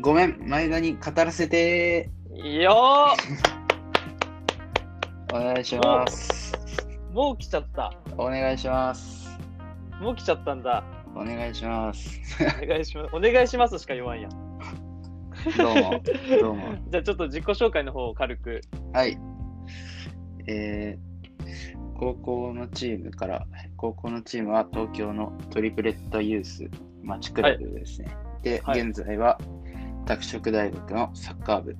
ごめん、前田に語らせていやーお願いします。もう来ちゃった。お願いします。もう来ちゃったんだ。お願いします。お願いします。 お願いしますしか言わんや。どう も、どうも。じゃあちょっと自己紹介の方を軽く。はい。えー、高校のチームから、高校のチームは東京のトリプレットユース町クラブですね。で、はい現在は拓殖大学のサッカー部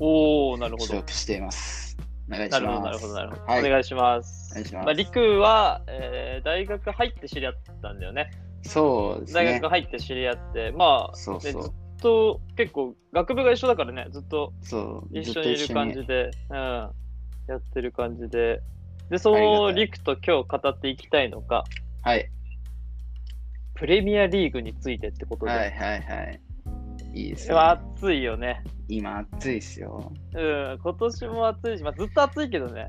おー、なるほ所ど。属しています。お願いします。なるほど、なるほど、なるほど。はいお願いします。お願いしますあ、陸は、えー大学入って知り合ったんだよね。そうです大ね学。入って知り合って、まあ、そうでずそっう。と結構、学部が一緒だからね、ずっとそう一ず緒っにといる感じで、うん、やってる感じで。で、そあのりがたい陸と今日語っていきたいのが、はい、プレミアリーグについてってことで。はい、はい、はい。いいですね。まあ暑いよね。今暑いですよ。うん、今年も暑いし、まあ、ずっと暑いけどね、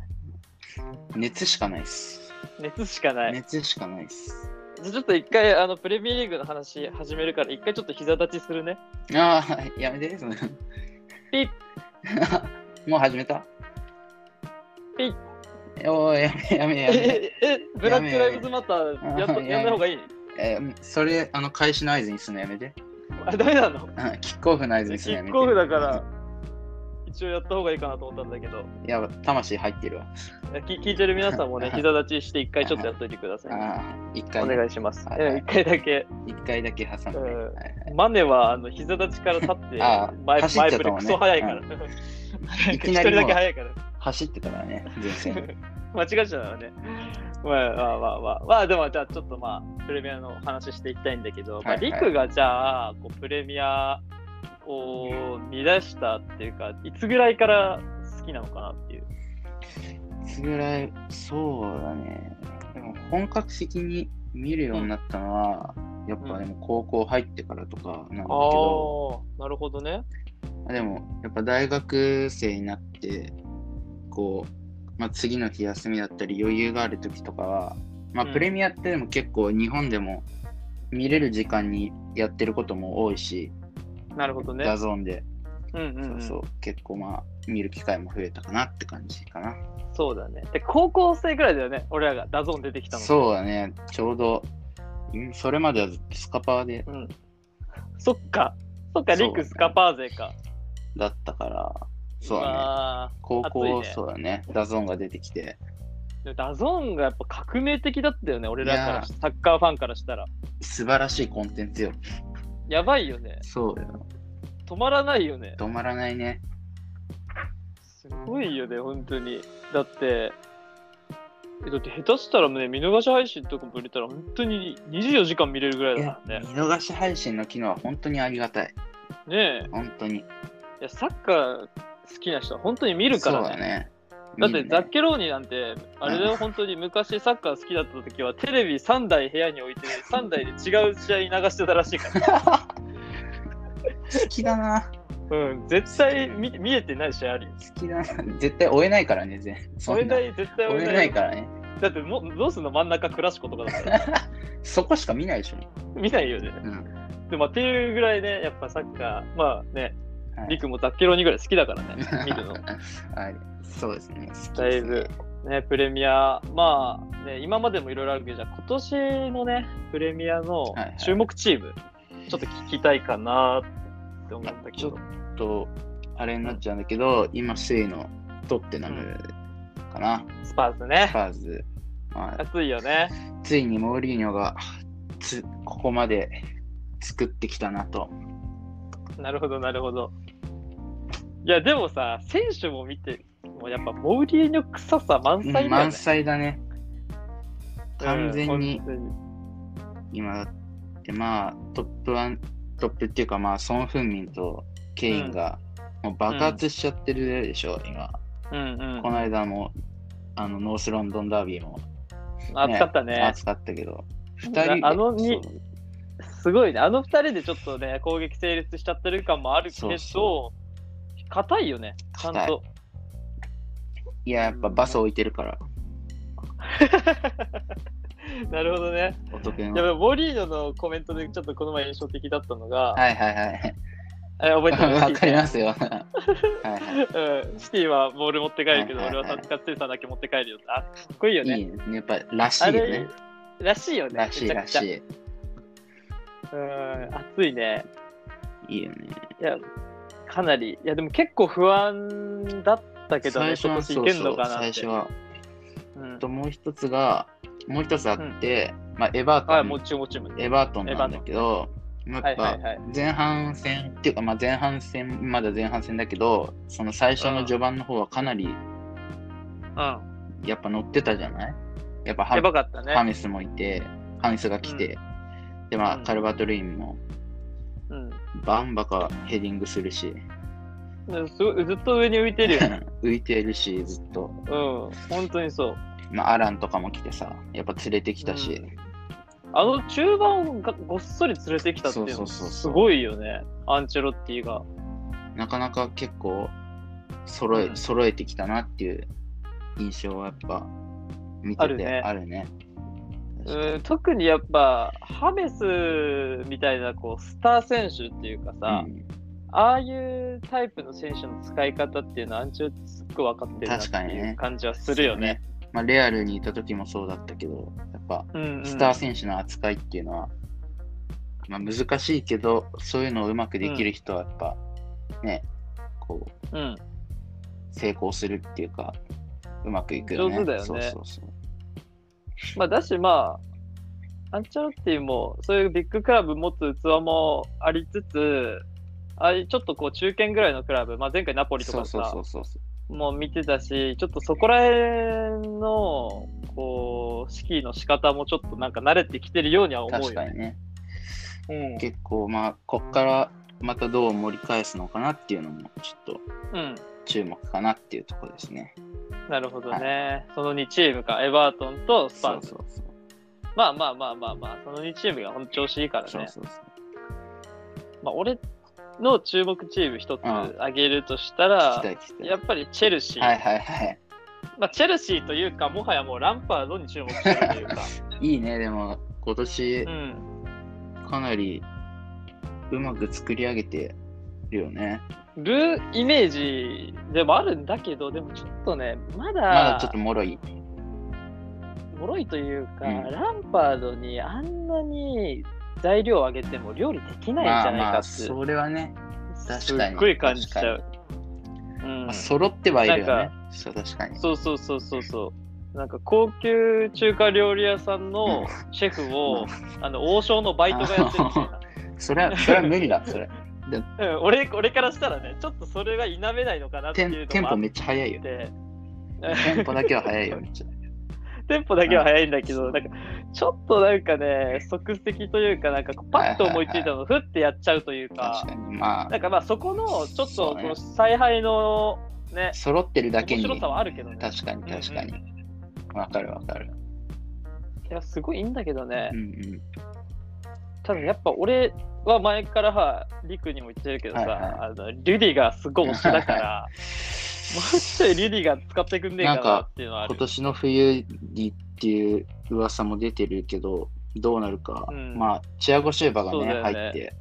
熱しかないです。熱しかない。熱しかないです。じゃあちょっと一回、あのプレミアリーグの話始めるから、一回ちょっと膝立ちするね。ああ、やめてその。ピッ もう始めたピッおーやめやめやめ。え、え、ブラックライブズマターやっやとめやんない方がいいえーそれ、あの、開始の合図にするのやめて。あ、ダメなのうんキックオフの合図キにするのやめて。ックオフだから、一応やった方がいいかなと思ったんだけど、いや、魂入ってるわ。き聞いてる皆さん もね、膝立ちして一回ちょっとやっといてくださいね。ああ、一お回、願いします。はいうん一回だけ。一回だけ挟んで。うんはいはいマネはあの膝立ちから立ってああ前走っ前ちゃっプたレもんクねソ早いから。う 一いきな人りもうだけ早いから。走ってたからね、前線。間違えちゃうのはね。まあまあまあまあ、まあ、でもじゃあちょっとまあプレミアの話していきたいんだけど、はいはいまあ、リクがじゃあこうプレミアを見出したっていうか、いつぐらいから好きなのかなっていう。いつぐらい、そうだね。でも本格的に見るようになったのは、やっぱでも高校入ってからとかなんだけあど、あ、なるほどね。でもやっぱ大学生になってこう、まあ、次の日休みだったり余裕がある時とかは、まあうん、プレミアってでも結構日本でも見れる時間にやってることも多いし、なるほどね。ダゾーンで、うんうんうん、そうそう結構まあ見る機会も増えたかなって感じかなそうだね。で、高校生ぐらいだよね、俺らがダゾーン出てきたの。そうだねちょうどんそれまではずっとスカパーでうん。そっか。そっそか、うだねリクスカパー勢か。だったからそうだねわあ高校、暑いねそうだねダゾーンが出てきてでもダゾーンがやっぱ革命的だったよね、俺らかいやらーし、サッカーファンからしたら。素晴らしいコンテンツよやばいよね。そうよ止まらないよね。止まらないねすごいよね、本当に。だって、えだって下手したらね、見逃し配信とかも入れたら、本当に24時間見れるぐらいいだや、からね。見逃し配信の機能は本当にありがたい。ね本当に。え。いや、サッカー好きな人は本当に見るかそうらだね。ね。だって見るねザッケローニなんて、あれだよ、本当に昔サッカー好きだった時は、テレビ3台部屋に置いて、3台で違う試合流してたらしいから。 好きだな。うん、絶対見見えてない試合あるよ。好きだな。絶対追えないからね、全。追えないい、絶対追追ええなないいからね。だってもう、どうすんの真ん中クラシコとかだから。 そこしか見ないでしょ。見ないよね。うん。でも、っていうぐらいね、やっぱサッカー、まあね、はいリクもザッケローニぐらい好きだからね、見るの。 はい。そうですね。好きですねだいぶ。ね、プレミア、まあ、ね、今までもいろいろあるけど、じゃあ今年のね、プレミアのはいはい注目チーム、ちょっと聞きたいかなって思ったけちょどっ。と、あれになっちゃうんだけど、今首位のトッテナムかな。スパーズスね。パーズ。まあ、熱いよね。ついにモーリーニョがつここまで作ってきたなと。なるほど、なるほど。いや、でもさ、選手も見て、もうやっぱモーリーニョ臭さ満載だよね。満載だね。完全うにん本今だってまあトップワントップっていうかまあソン・フンミンとケインがもう爆発しちゃってるでしょ、今。当にうんうんこの間もあのノースロンドンダービーも、熱かったね。熱かったけど2人であのにそうすごいね。あの二人でちょっとね、攻撃成立しちゃってる感もあるけそどうそ、硬いよね、ちゃんと。いややっぱバス置いてるからなるほどね。お得いにやはでもモーリーニョのコメントでちょっとこの前印象的だったのが、はいはいはいえ覚えてますわかり ますよ。はいはうん、シティはボール持って帰るけど、はいはい俺はいはサッカーツーさんだけ持って帰るよって。あ、かっこいいよい。ね。いいね。やっぱ、らしいあよれね。らしいよね。らしいめちゃらくしちゃい。うん、暑いね。いいよね。いや、かなり。いや、でも結構不安だったけどね、今年いけんのかなって。最初は。うんと、もう一つが、もう一つあって、まあ、エバートン、はい、もちもちも。エバートンなんだけど、やっバートぱンはいはいは前半戦っていうか、まあ、前半戦、まだ前半戦だけど、その最初の序盤の方はかなりうん。やっぱ乗ってたじゃないやっぱハやばかったね。ハメスもいて、ハメスが来て、で、まあ、うんカルバトルインもうん。バンバカヘディングするし、すごいずっと上に浮いてるよ ね。浮いてるし、ずっと。うん。本当にそう。まあ、アランとかも来てさ、やっぱ連れてきたし、あの中盤がごっそり連れてきたっていうそのうそうそうそうすごいよね。アンチェロッティが。なかなか結構揃え、うん揃えてきたなっていう印象はやっぱ見あてるてねあるね。うん特にやっぱハメスみたいなこうスター選手っていうかさ、うんああいうタイプの選手の使い方っていうのはアンチェロッティすっごい分かってるな確かってにいねう感じはするよね。。まあ、レアルにいた時もそうだったけど、やっぱうんうんスター選手の扱いっていうのは、まあ、難しいけど、そういうのをうまくできる人はやっぱ、ね、こう、うん成功するっていうか、うまくいくよね。上手だよねそうそうそう。まあ、だしまあアンチェロッティもそういうビッグクラブ持つ器もありつつああいうちょっとこう中堅ぐらいのクラブ、まあ、前回ナポリとそかうさそうそうそうそう。もう見てたし、ちょっとそこら辺の、こう、指揮の仕方もちょっとなんか慣れてきてるようには思うよ確かね。にね。うん結構まあこっからまたどう盛り返すのかなっていうのもちょっとうん。注目かなっていうところですね。なるほどね。その2チームか、エバートンとスそパうンズ。そうそう。まあまあまあまあまあ、その2チームが本当調子いいからね。そうそうそう。まあ、俺の注目チーム一つうん挙げるとした聞らき、たい聞きたい。やっぱりチェルシー。はいはいはい。まあ、チェルシーというか、もはやもうランパードに注目してるとい うか。いいね、でも今年うん。かなりうまく作り上げてるよね。るイメージでもあるんだけど、でもちょっとね、まだ、まだちょっともろい。脆いというか、うんランパードにあんなに材料をあげても料理できないんまじゃあないまかあ、っていう、それはね、す確かに。っごい感じちゃう確か。うんに。まあ、揃ってはいるよね。そう、確かに。そうそうそうそうそう。なんか高級中華料理屋さんのシェフを、あの王将のバイトがやってるみたいな。それは、それは無理 だ、それ。うん、俺俺からしたらね、ちょっとそれは否めないのかなってテいうンのテンもあポっめっちゃ速 いよ。て。テンポだけは速いよ、めっちゃ。テンポだけは速いんだけど、なんかちょっとなんかね、即席というか、なんかこうパッと思いついたのをふってやっちゃうというか確、かに。まあ、なんかまあそこのちょっそうとこねの采配のね、揃ってるだけ面に白確さかはあるけどね。に確かにわ、かるわかるいや、すごいいいんだけどねう。んただやっぱ俺は前からは、リクにも言ってるけどさ、はいはあのリュディがすごい推し だから、もうちょいリュディが使ってくんねえかなっていうのはうんあ今る。年の冬にっていう噂も出てるけどどうなるか、うんまあチアゴシューバがそうねだよね入って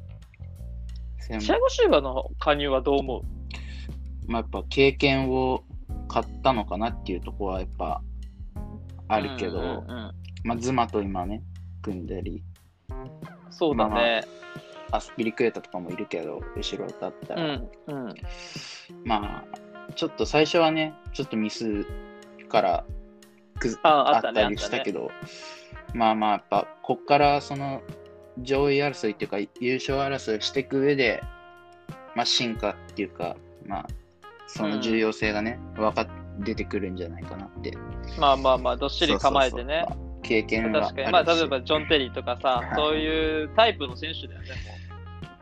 せんチアゴシューバの加入はどう思うまあ、やっぱ経験を買ったのかなっていうところはやっぱあるけど、うんうんまあ、ズマと今ね組んだりうんそうだね。アスピリクエタとかもいるけど後ろだったら、うんうんまあちょっと最初はねちょっとミスからくずあああっったたね。あっりしたたねけど、まあまあやっぱこっからその上位争いっていうか優勝争いしていく上で、まあ、進化っていうか、まあ、その重要性がね、分かっ出てくるんじゃないかなって。まあまあまあ、どっしり構えてね。そうそうそう経験がある確しかに、まあ、例えばジョン・テリーとかさはい、そういうタイプの選手だよね、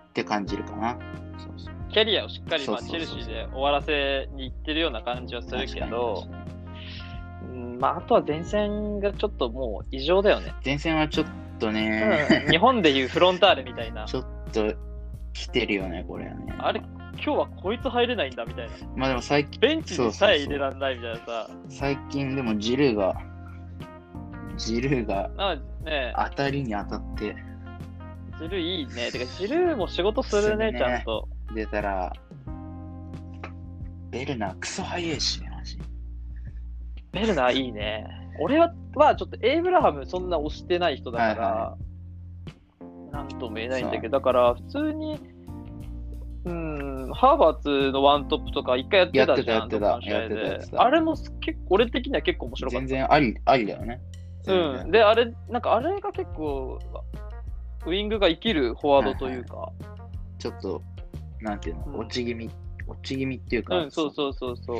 って感じるかな。そうそうもうキャリアをしっかり、まあ、そうチそうェそルうシそうーで終わらせにいってるような感じはするけど確、かに確かにうんまあ、あとは前線がちょっともう異常だよね。前線はちょっとね、、うん日本でいうフロンターレみたいなちょっと来てるよね、これはね。あれ今日はこいつ入れないんだみたいな、まあでも最近ベンチにさえそうそうそう入れられないみたいなさ、最近でもジルーが、ジルーがなんかね、当たりに当たって、ジルーいいね。てか、ジルーも仕事するね、するねちゃんと。出たら、ベルナークソ早いしね、マジ。ベルナーいいね。俺は、はちょっとエイブラハムそんな推してない人だから、はなんとも言えないんだけど、だから普通に、うん、ハーバーツのワントップとか一回やってたじゃん、やってたやってたどっかの試合でやってたやってたあれもす結構、俺的には結構面白かっ全然あり、ありだよね。た。うん。で、あれ、なんかあれが結構、ウイングが生きるフォワードというか、ちょっと、なんていううんの、落ち気味、落ち気味っていうか、うん、そうそうそうそう。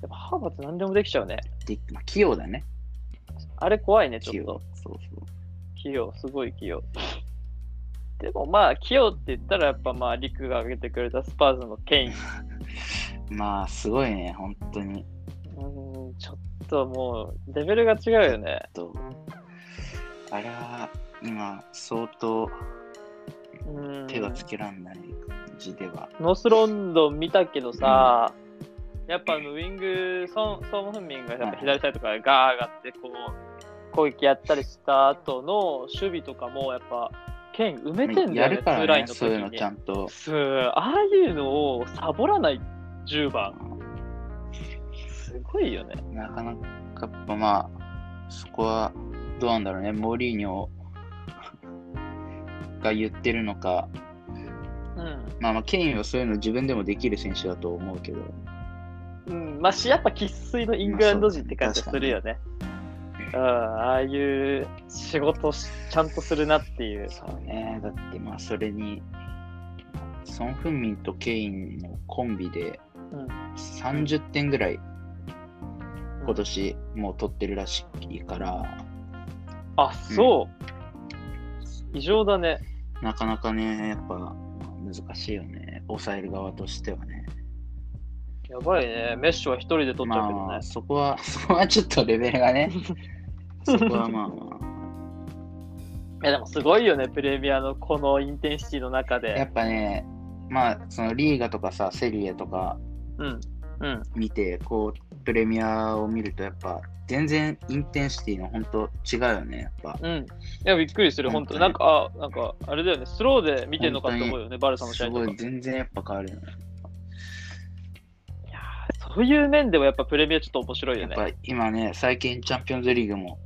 でもハーバーツ何でもできちゃうね。でまあ器用だね。あれ怖いね、器ちょっと用。。そうそう。器用、すごい器用。 でもまあ、器用って言ったら、やっぱまあ、リクが挙げてくれたスパーズのケイン。うまあ、すごいね、本当に。ーん、ちょっともう、レベルが違うよね。とあれは、今、相当うーん。手がつけらんない感じでは。ノースロンドン見たけどさ、やっぱあのウィング、ソン・ソン・フンミンがやっぱ左サイドからガー上がって、こう、攻撃やったりした後の守備とかも、やっぱ、ケイン埋めてんやだよね、るツかーらライね、ンの時そういうのにちゃ。んと。そうああいうのをサボらない10番。すごいよね。なかなか、やっぱまあ、そこは、どうなんだろうね、モーリーニョ が言ってるのか、うまあまあ、ケインはそういうの自分でもできる選手だと思うけど、ん。うん、まあし、やっぱ生粋のイングランド人って感じがするよね。うん、ああいう仕事をしちゃんとするなっていう。そうね、だってまあそれに、ソン・フンミンとケインのコンビでうん30点ぐらい今年もう取ってるらしいから、あ、そう。異常だね。なかなかね、やっぱまあ難しいよね、抑える側としてはね。やばいね。メッシュは一人で取っちゃうけどまねあ、。そこは、 そこはちょっとレベルがね、そこはまあまいや、でもすごいよね。プレミアのこのインテンシティのあ、中やで。っぱね、まあそのリーガとかさ、セリエとか、うん。うん。見てこうプレミアを見るとやっぱ全然インテンシティの本当違うよねやっぱうん。いや、びっくりする。本当になんか、あ、なんか、あれだよね。スローで見てんのかって思うよね。バルサの試す合とごかい。全然やっぱ変わるよねいやーそういう面でもやっぱプレミアちょっと面白いやよっね。ぱ今ね最近チャンピオンズリーグも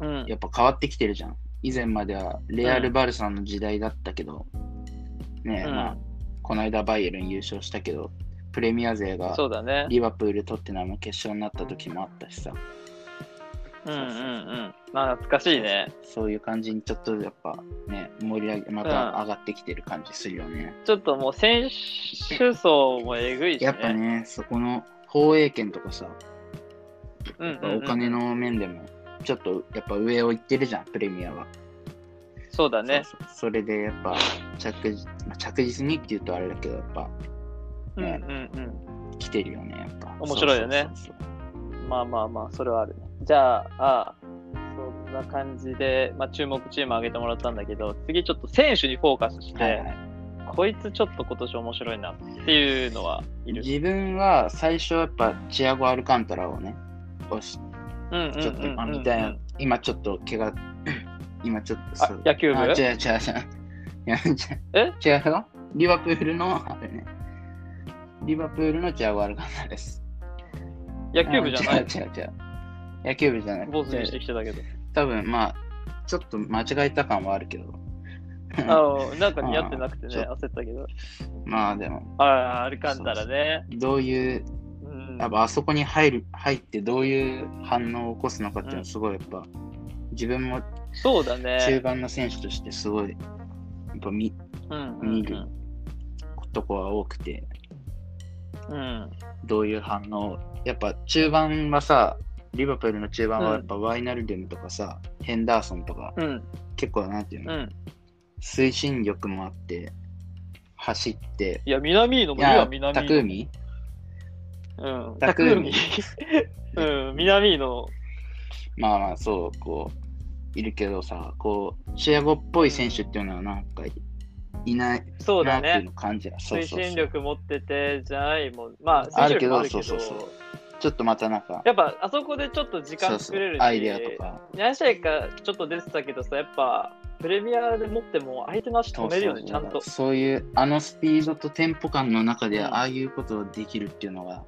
うん、やっぱ変わってきてるじゃん以前まではレアル・バルサの時代だったけど、ねえ、うんまあこの間バイエルン優勝したけどプレミア勢がそうだね。 リバプールトッテナム決勝になった時もあったしさうんうんうん。まあ、懐かしいね。そういう感じにちょっとやっぱね盛り上げまた上がってきてる感じするよね、ちょっともう選手層もえぐいしね。やっぱね、そこの放映権とかさ、うんうんうんお金。の面でも、ちょっとやっぱ上を行ってるじゃん、プレミアは。そうだね。そうそうそれでやっぱ着実、まあ着実にっていうとあれだけど、やっぱうんうねん来てるよね、やっぱ。面白いよねそうそうそううん。まあまあまあ、それはあるね。じゃあ、ああそんな感じで、まあ、注目チーム上げてもらったんだけど、次ちょっと選手にフォーカスしそうて、はいはいこいつちょっと今年面白いなっていうのはいる。自分は最初やっぱチアゴ・アルカンタラをね、押しうんうんうんうんうん。ちょっと、まあ、みたいな、今ちょっと怪我、 今ちょっとそう、野球部あ、違う違う違う。 いや違うえ違うよ。リバプールの、あれね。リバプールのチアゴ・アルカンタラです。野球部じゃあない。違う違う違う。野球部じゃない。坊主にしてきてたけど。多分まあ、ちょっと間違えた感はあるけど。ああ、なんか似合ってなくてうね、んちょ焦ったけど。まあでも、ああ、アルカンタラね。どういう、うんやっぱあそこに入る、入ってどういう反応を起こすのかっていうのはすごいやっぱ、自分もそうだ中ね。盤の選手としてすごい、やっぱ見、うん見るとこは多くて、うん。どういう反応やっぱ中盤はさリバプールの中盤はやっぱワイナルデムとかさ、ヘンダーソンとかうん。結構なんていううの、ん。推進力もあって走っていや、南野いもいるやよ、南野。匠うん。タクーミタクーミうん、南野。まあまあそうこういるけどさこうシェアゴっぽい選手っていうのはなんかいないそうなだっていうね。のを感じだ そう推そうそう進力持ってて、じゃないもん。まあ、あ推進るけ力どもあるけど、そうそうそうちょっとまたなんかやっぱ、あそこでちょっと時そ間うそ作れるうし、アイデアとか何試合かちょっと出てたけどさ、やっぱ、プレミアで持っても相手の足止めるよね、ちゃんと。そういう、あのスピードとテンポ感の中で、うんああいうことをできるっていうのが、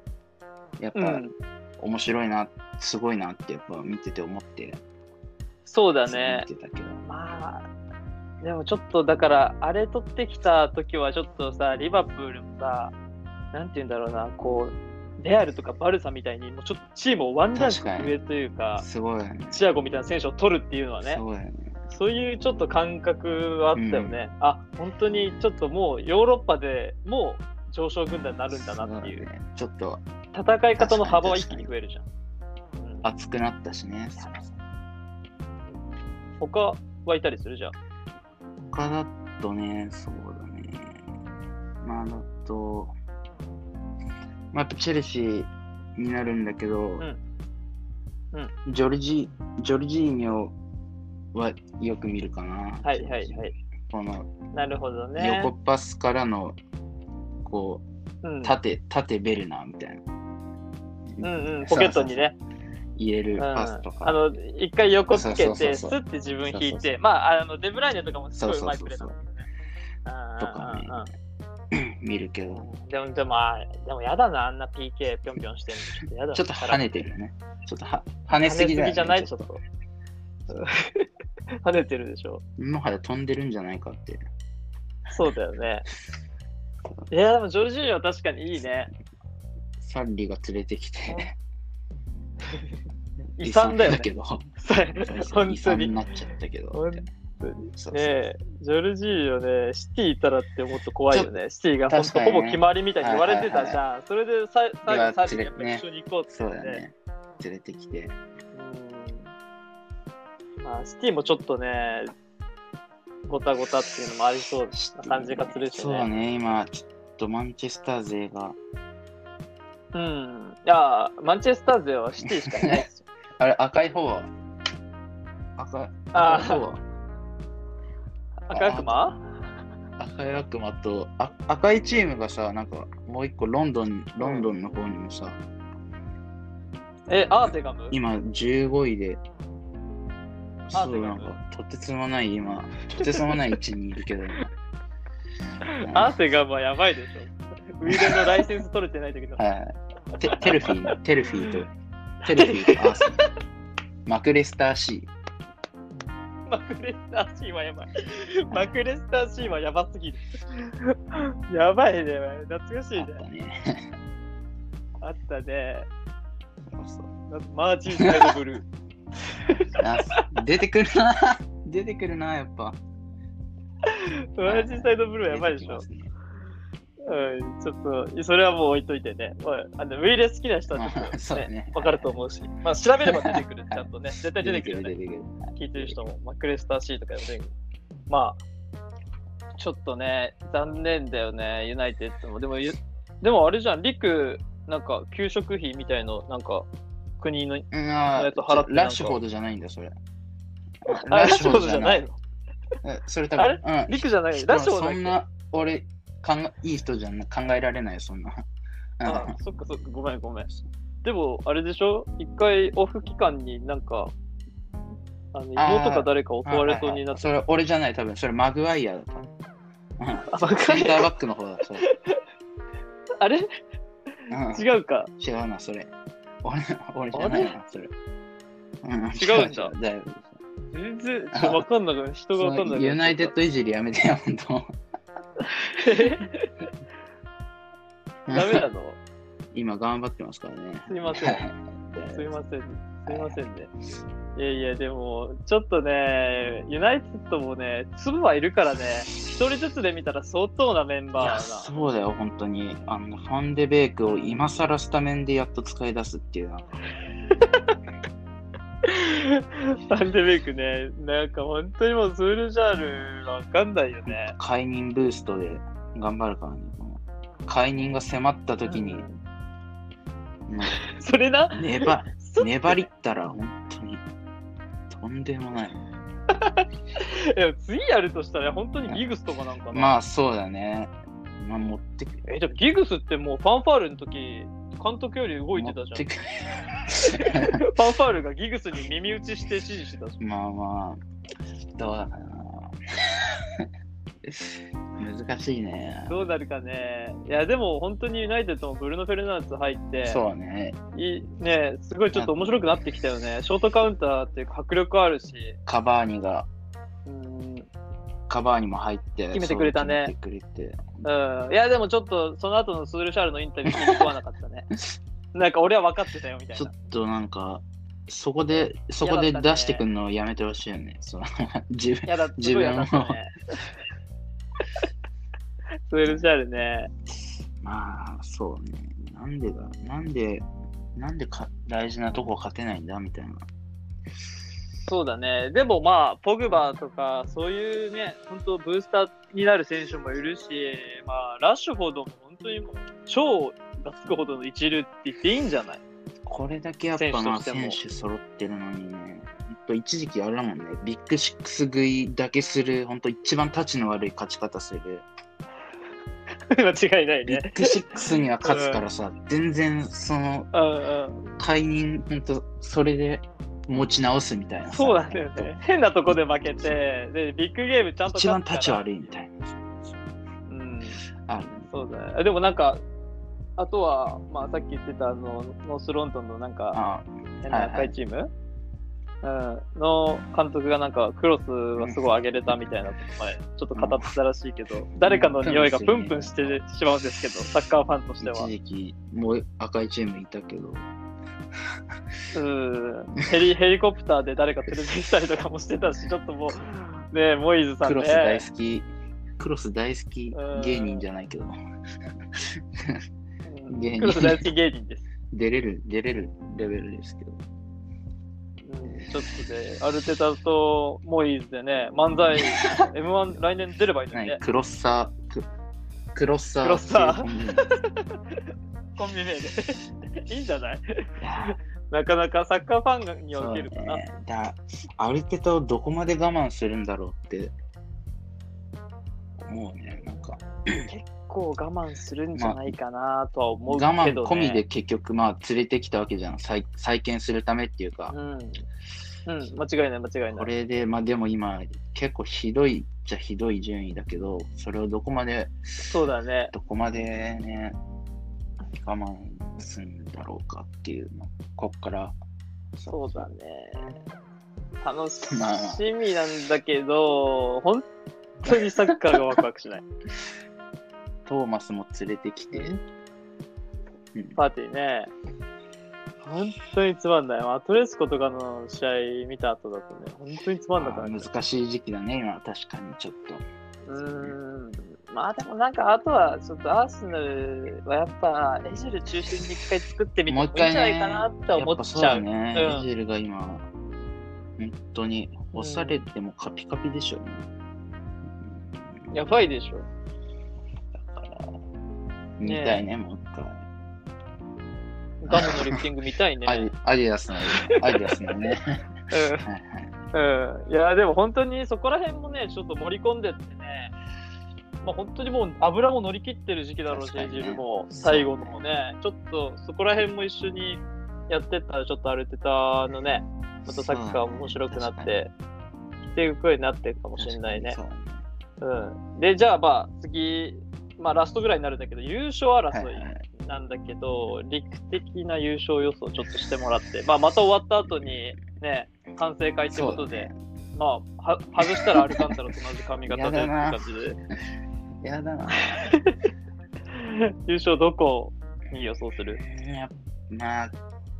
やっうぱん、面白いな、すごいなって、やっぱ見てて思って、そうだね。見てたけど。まあ、でもちょっとだから、あれ取ってきた時はちょっとさ、リバプールもさ、なんて言うんだろうな、こう、レアルとかバルサみたいに、もうちょっとチームをワンランク確かに上というか、すごいよね。チアゴみたいな選手を取るっていうのはねす、ごいよね。そういうちょっと感覚はあったよね。あ、本当にちょっともうヨーロッパでもう上昇軍団になるんだなっていすうご。ねちょっと戦い方の幅は一気に増えるじゃん。うん熱くなったしね。他はいたりするじゃん。他だとね、そうだね。まあ、だと、まあ、やっぱチェルシーになるんだけど、んジョルジー、ジョルジーニョはよく見るかな。はいはいはい。このなるほどね。横パスからの、こうんう、縦、縦ベルナーみたいな。うんうん、ポケットにね。入れるうんパスとか。あの、一回横つけそうそうて、そうスそうッて自分引いそうそうそて、まあ、あの、デブライネとかもすごいうまいプレーだもんね。そうそうそうそううんうんうんうん見るけど、でも、でも、あでも、やだな、あんな PK ぴょんぴょんしてるの。ちょちょっとやだなっと跳ねてるよね。ちょっとは跳ねすぎだよね。じゃないちちょょっっと。跳ねてるでしょ。ともはや飛んでるんじゃないかって。そうだよ ね。いや、でも、ジョルジーニョは確かにいいね。サッリが連れてきて、 遺産だよ遺ね。け ど、本遺当産にに。なっちゃったけど。本当にそうそうねえ、ジョルジーニョね、シティいたらってもっと怖いよね。シティがほん確かにとねほぼ決まりみたいに言われてたじゃん。それでさ最後、サービやっぱね一緒に行こうってそう言っだてよね。連れてきて。うんまあ、シティもちょっとね、ごたごたっていうのもありそうな感じがするしそうだね、今、ちょっとマンチェスター勢が。うん。いや、マンチェスター勢はシティしかいないですよ。あれ、赤い方は赤い赤い あ方あ、は赤い悪魔赤い悪魔とあ赤いチームがさ、なんかもう一個ロンドン、ロンドンの方にもさ、え、アーテガム今15位で、あそうなんかとてつもない 今、とてつもない位置にいるけど、今アーテガムはやばいでしょ。ウィーレンのライセンス取れてない時の。はい。テテルフィー、テルフィーと、テルフィーと アーセナルマクレスター C。マクレスターシーンはやばい。マクレスターシーンはやばすぎる。やばいね。懐かしいあねっ。たね。あったね。そうそうマーチンサイドブルー。あ出てくるな。 出てくるな、やっぱ。マーチンサイドブルーはやばいでしょ。出てきますねうん、ちょっと、それはもう置いといてね。まああのウィーレ好きな人はちょっ まあと、そうねだねわかると思うし、まあ、調べれば出てくる、ちゃんとね。絶対出てくるよね出。てくる。聞いてる人も、マクレスター C とかでも出てくる。まあ、ちょっとね、残念だよね、ユナイテッドも。でも、ゆでもあれじゃん、リク、なんか、給食費みたいの、なんか、国の、うんあえっと払ってなんかラッシュフォードじゃないんだ、それ。あラッシュフォードじゃないラッシュフォードじゃのない。えそれ多分、あうんれ。リクじゃない、ラッシュフォードそんだっな、俺、考えいい人じゃな考えられないよ、そんな。けあうんそっかそっか、ごめんごめん。でも、あれでしょ一回、オフ期間になんか、あのあー妹か誰か襲われそうになって、それ俺じゃない、多分それマグワイアだった。あわセかんンないターバックの方だ、それ。あれうん違うか。違うな、それ。俺俺じゃないな、それ。うん違うんだ違だよ。全然、ちょっとわかんなくない。人がわかんなそくなのい。ユナイテッドいじりやめてよ、本当。 ダメなの今頑張ってますからね。すいません。すいません。すいませんね。いやいや、でも、ちょっとね、ユナイテッドもね、粒はいるからね、一人ずつで見たら相当なメンいバやーそうだよ、本当に。あの、ファンデベークを今更スタメンでやっと使い出すっていうのはな。サンデベイクね、なんか本当にもうズールジャールわかんないよね。解任ブーストで頑張るからね。この解任が迫った時に、うん もうそれな、粘そ粘りったら本当にとんでもない。いや次やるとしたら本当にギグスとかなんかな。まあそうだね。まあ持ってくえ、でもギグスってもうファンファールの時、監督より動いてたじ持ゃん。 ってく ファンファールがギグスに耳打ちして指示してたじゃん。まあまあ、どうだかな。 難しいね。どうなるかね。いや、でも本当にユナイテッドもブルーノ・フェルナンデス入って、そうね。いいね、すごいちょっと面白くなってきたよね。ショートカウンターっていうか迫力あるし、カバーニが、うん、カバーニも入って。決めてくれたねそう決めてくれて。うんいや、でもちょっと、その後のスールシャールのインタビュー聞いてこなかった ね。なんか俺は分かってたよみたいちょなっ。となんか、そこで、そこで嫌だったね出してくるのをやめてほしいよね。その 自分いやだ、す自ごい分やだったね。スールシャールね。まあ、そうね。なんでだなんで、なんでか大事なとこ勝てないんだみたいな。そうだね。でもまあ、ポグバとか、そういうね、本当ブースターになる選手もいるし、まあ、ラッシュフォードも本当にもう、超がつくほどの一流って言っていいんじ ゃないこれだけやっぱな選手として選も手揃ってるのにね、ほんと一時期あれだもんね、ビッグシックス食いだけする、本当一番タチの悪い勝ち方する。間違いないビね。ッグシックスには勝つからさ、全然そのうんうん。解任、本当それで持ち直すみたいなさ。そうなんだよね。変なとこで負けて、で、ビッグゲームちゃんと一番タつチから悪いみたいな。うん。あるねそうだね。でもなんか、あとは、まあ、さっき言ってたあの、ノースロンドンのなんか、あ変な赤いチーム、うん、の監督がなんか、クロスはすごい上げれたみたいなこと前、ちょっと語ってたらしいけど、誰かの匂いがプンプンしてしまうんですけど、サッカーファンとしては一。時期、もう赤いチームいたけど、うん。ヘリ、 ヘリコプターで誰か連れてきたりとかもしてたし、ちょっともう、ねえ、モイズさんクね。ロス大好き、クロス大好き芸人じゃないけど、うん芸人クロス大好き芸人です。出れる、出れるレベルですけど。うんちょっとで、アルテタとモイーズでね、漫才、M1 来年出ればいいのなにいね、クロッサー、ククロッサー。クロッサ ー。コンビ名で。い いんじゃないいや なかなかサッカーファンにはそう受けねるかな。。だアルテタをどこまで我慢するんだろうって思うね。なんか結構我慢するんじゃないかなとは思うけど、我ね。慢込みで結局まあ連れてきたわけじゃん。再再建するためっていうかう。ん。うん、間違いない、間違いなこい。れでまあでも今結構ひどいっちゃひどい順位だけど、それをどこまでそうだね。どこまでね、我慢するんだろうかっていうの、こっから。そうだね。楽しまあみなんだけど、本当にサッカーがワクワクしない。トーマスも連れてきて、うんパーティーね。本当につまんない。アトレスコとかの試合見た後だとね、本当につまんなくなっちゃ難しい時期だね、今、確かにちょっと。う。うーん。まあでもなんか、あとは、ちょっとアーセナルはやっぱ、エジェル中心に一回作ってみてももいういん一じゃ回ね、ないかなって思っやぱそうちゃだう。ね、うんエジェルが今、本当に押されてもカピカピでしょ、やばいでしょ。見ねたいね、もう一回。ガムのリフティング見たいね。アデアディダスの、アディダスの ね。うんはいはいうん、いやでも本当にそこら辺もねちょっと盛り込んでってね、まあ、本当にもう油も乗り切ってる時期だろうし、確かにねジルも最後のもねちょっとそこら辺も一緒にやってったらちょっとアルテタのねまたサッカーも面白くなってきていくようになっていくかもしれないねそ。うだねうん、でじゃあまあ次、まあ、ラストぐらいになるんだけど優勝はい争はいいはいなんだけど、陸的な優勝予想をちょっとしてもらって、まあ、また終わった後にね、反省会ってそうこだとで、ねまあは、外したらアルカンタラと同じ髪型でやってだな感じで、やだな。 優勝どこに予想するいやまあ、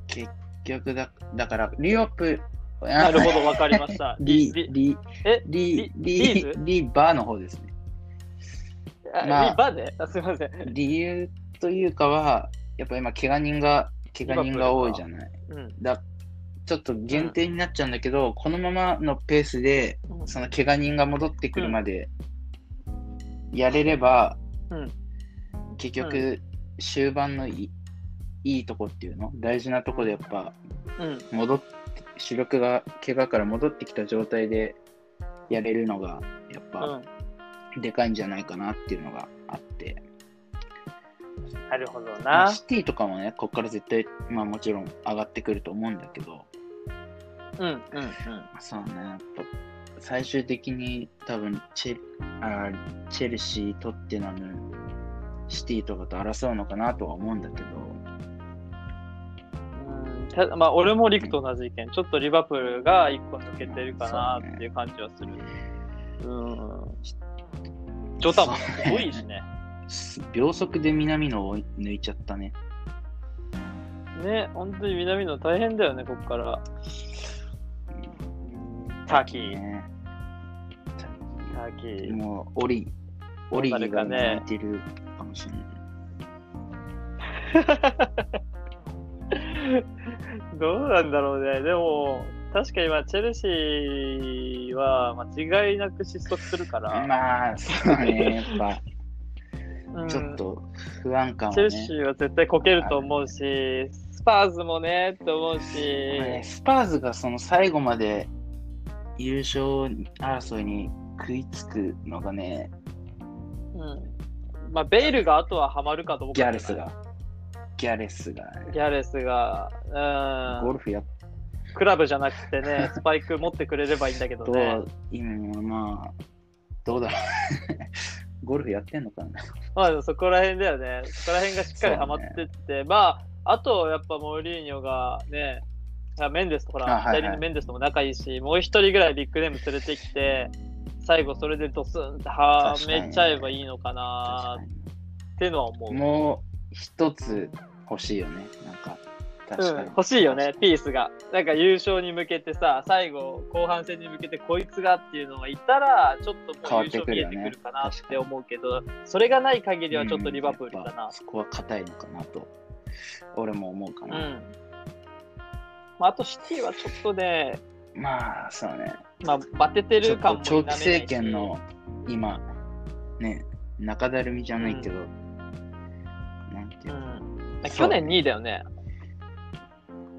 結局だ、だから、リオプ、ななるほど、わかりました。 リ、リ、リリ、えリ、リリリーズ、リバーの方ですね。あまあリバであすいません。理由というかは、やっぱ今、怪我人が、怪我人が多いじゃない。うん。だちょっと限定になっちゃうんだけど、このままのペースで、その怪我人が戻ってくるまで、やれれば、うん結局、終盤のいいいとこっていうの大事なとこでやっぱうん。戻って主力が怪我から戻ってきた状態でやれるのがやっうぱん。でかいんじゃないかなっていうのがあって、なるほどまあな。シティとかもねここから絶対まあもちろん上がってくると思うんだけどうん。うん。うん。まあそうねやっぱ最終的に多分チェあチェルシー、トッテナム、シティとかと争うのかなとは思うんだけど、うんただまあ、俺もリクと同じ意見、ちょっとリバプールが1個抜けてるかなそうねっていう感じはする。うん。ジョタもすごいしね。す秒速で南野を抜いちゃったね。ね、本当に南の大変だよね、ここから。ターキー、ねターキー。もうオリ、オリギが抜いてるかもしれない。どうなんだろうね。でも、確かに今、チェルシーは間違いなく失速するから、まあ、そうね、やっうんぱ、ちょっと不安感はチね。ェルシーは絶対こけると思うし、スパーズもねってま思うあねし、スパーズがその最後まで優勝争いに食いつくのがね、うんまあ、ベイルがあとはハマるかと思うギャレス。が。ギャレスが。ギャレスが、うゴん、ルフやっクラブじゃなくてね、 スパイク持ってくれればいいんだけどと、ね。今、まあ、どうだろう。 ゴルフやってんのかなまあ、そこら辺だよね。そこら辺がしっかりハマってって、まあ、あと、やっぱモーリーニョがね、あメンデスとほあら、はいはい左のメンデスとも仲いいし、もう一人ぐらいビッグネーム連れてきて、最後それでドスンってはめちゃえばいいのかな確ってのは思かう。に。もう一つ欲しいよね。なんか、確かうんに。欲しいよね、ピースが。なんか優勝に向けてさ、最後、後半戦に向けてこいつがっていうのがいたら、ちょっと変もわうっ優て勝く見るえよてねくるかなって思うけど、それがない限りはちょっとリバプールだうんやっなぱ。そこは硬いのかなと、俺も思うかうな。ん。まあ、あとシティはちょっとね、まあ、そうね。まあ、バテてちょるっ感と長も否め期ないし政権の今、ね、中だるみじゃないけど、なんていううの、ん、そう去年2位だよね。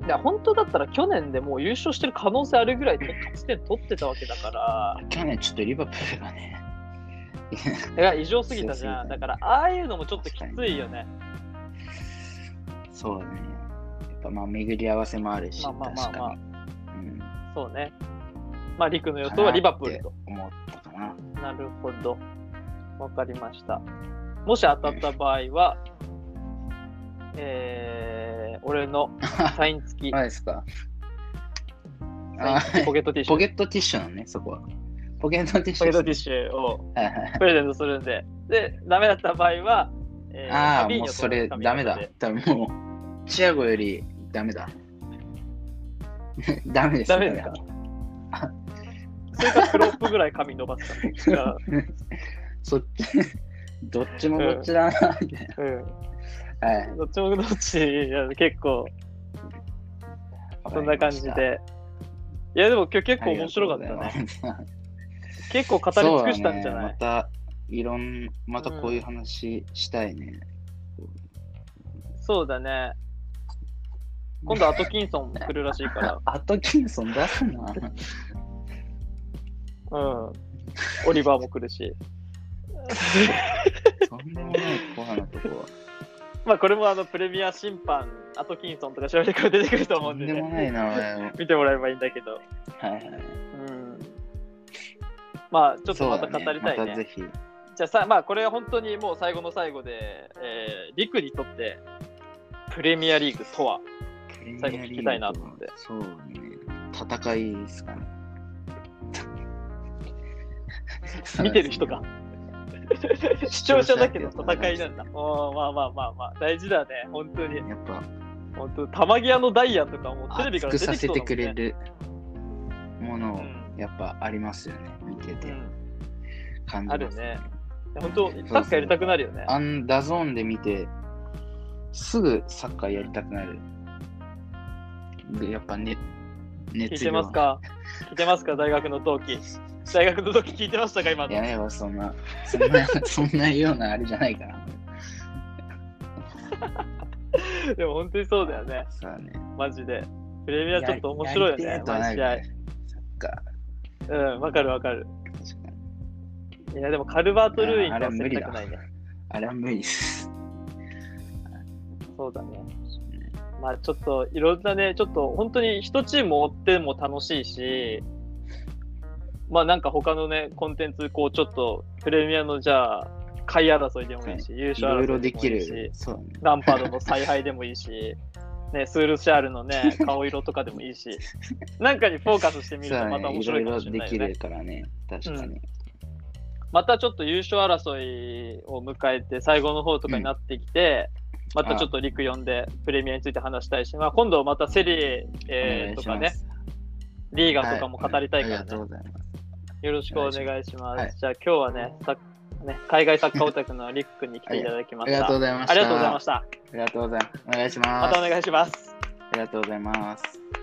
いや本当だったら去年でもう優勝してる可能性あ るぐらいと勝ち点取ってたわけだから、去年ちょっとリバプールがね、 いや異常すぎたじゃ強すん。ぎだたから、ああいうのもちょっときついよね。そうね、やっぱまあ巡り合わせもあるし、まあまあまあ確かに、うん、そうね。まあ、リクの予想はリバプールと。思ったかな。なるほど。わかりました。もし当たった場合は、えー、俺 のサイン付きまあですか。サインあ付きポケットティッシュ。ポケットティッシュなのね、そこは。ポケットティッシポュケでッすトね、ティッシュをはいはいプレゼントするんで。で、ダメだった場合は、えーあファあ、ビーニもョうとそれファミリダメーだで。多分もう、チアゴよりダメだ。 ダメです。ダメです かそれかクロップぐらい髪伸ばす から。そっち、 どっちもどっちだな、みたいうんな。はい。どっちもどっち、いや結構そんな感じわかで。いやでも今日り結構ま面した。白かったあね。りがとうございます。結構語り尽くしたんじゃそうだねなまいた、いろん、またこういう話したいね。そうだね。今度アトキンソン来るらしいから。アトキンソン出すな。うん。オリバーも来るし。とんでもないコアなと こは。まあこれもあのプレミア審判、アトキンソンとか調べてくれ出てくると思とうんんで、でね、もない名前を。はい見てもらえばいいんだけど。はい。うん。まあちょっとまた語りたいそうだまたね。ぜひ。じゃあさ、まあこれは本当にもう最後の最後で、えー、リクにとってプレミアリーグとは最後聞きたいなと思ってそうね。戦いです かね。見てる人か。視聴者だけど戦いなんだ。だ。おーまあまあまあまあ、大事だね、本当に。やっぱ本当玉際のダイヤとかもうテレビから熱く出てさきそせうだてもんくれね。るものうんをやっぱありますよね。見てて感じあるますね。本当サッカーやりたくなるよね。あんダゾーンで見て、すぐサッカーやりたくなる。でやっぱね、聞い熱て量ますか聞いてますか大学の同期。大学の同期聞いてましたか今いの。やいや、そんな、そんな、 そんなようなあれじゃないから。でも本当にそうだよね。そうだね。マジで。プレミアちょっと面白やいよりねて。えとはな毎る試合よ。ねサッカーうん、わかるわかる。確かに。いや、でもカルバート・ルーインとは競りたくないね。あれは無理です。そうだね。まあちょっといろんなね、ちょっと本当に一チーム追っても楽しいし、まあなんか他のね、コンテンツ、こうちょっとプレミアのじゃあ、買い争いでもいいし、優い勝ろい争ろいででもいきいし、る。そうね。ランパードの采配でもいいし、ね、スールシャールのね、顔色とかでもいい し、なんかにフォーカスしてみそうるだとまね。た面いろ白いいかもろしれでないきよねる。からね。確かに。またちょっと優勝争いを迎えて、最後の方とかになってきて、またちょっと陸4でプレミアについて話したいし、まあ、今度またセリエ、えーとかね、。リーガとかも語りたいからありがねとう、ございます。よろしくお願いします。はいじゃあ今日はね、さね海外サッカーオタクのリックに来ていただきまあしりがた。とうございました。ありがとうございました。ありがとうございます。お願いします。またお願いします。ありがとうございます。